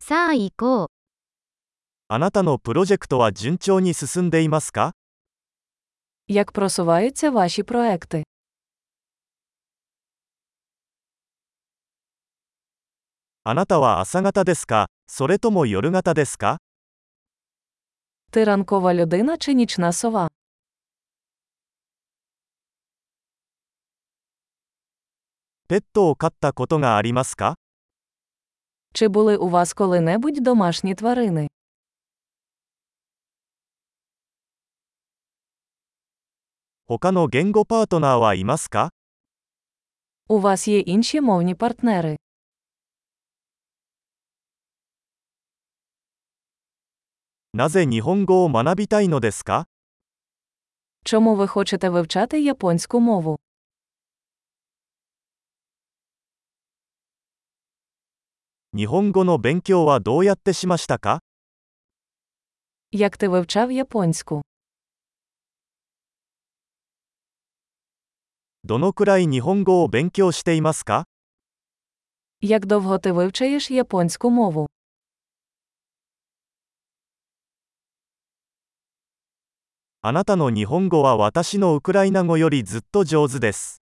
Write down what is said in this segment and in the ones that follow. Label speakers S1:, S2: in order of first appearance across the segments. S1: さあ行こう。
S2: あなたのプロジェクトは順調に進んでいますか
S3: Як просуваються ваші проекти?
S2: あなたは朝方ですかそれとも夜型ですか
S3: Ти ранкова людина чи нічна сова?
S2: ペットを飼ったことがありますか
S3: Чи були у вас коли-небудь домашні тварини?
S2: 他の言語パートナーはいますか
S3: У вас є інші мовні партнери.
S2: なぜ日本語を学びたいのですか
S3: Чому ви хочете вивчати японську мову?
S2: 日本語の勉強はどうやってしましたか
S3: Як ти вивчав японську?
S2: どのくらい日本語を勉強していますか
S3: Як довго ти вивчаєш японську мову?
S2: あなたの日本語は私のウクライナ語よりずっと上手です。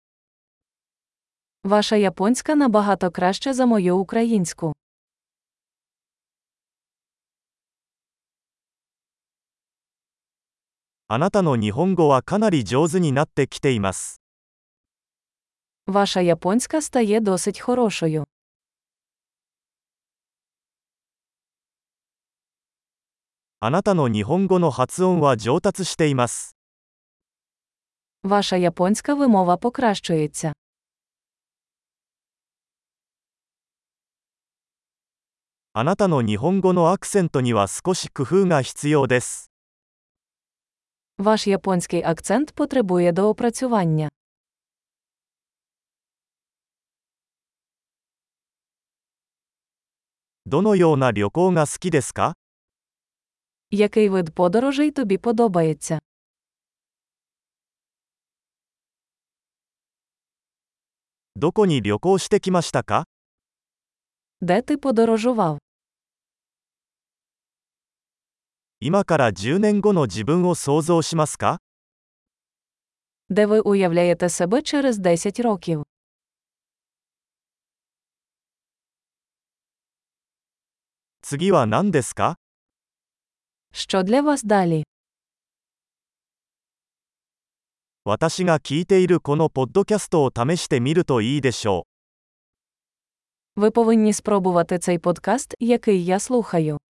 S3: Ваша японська набагато краще за мою українську.
S2: あなたの日本語はかなり上手になってきています。
S3: Ваша японська стає досить хорошою.
S2: あなたの日本語の発音は上達しています。
S3: Ваша японська вимова покращується.
S2: あなたの日本語のアクセントには少し工夫が必要です。
S3: Ваш японський акцент потребує доопрацювання.
S2: 「どのような旅行が好きですか
S3: Який вид подорожей тобі подобається?
S2: どこに旅行してきましたか
S3: Де ти подорожував?
S2: 今から10年後の自分を想像しますか
S3: Де ви уявляєте себе через 10 років?
S2: 次は何ですか
S3: Що для вас далі?
S2: 私が聞いているこのポッドキャストを試してみるといいでしょう。
S3: Ви повинні спробувати цей подкаст, який я слухаю.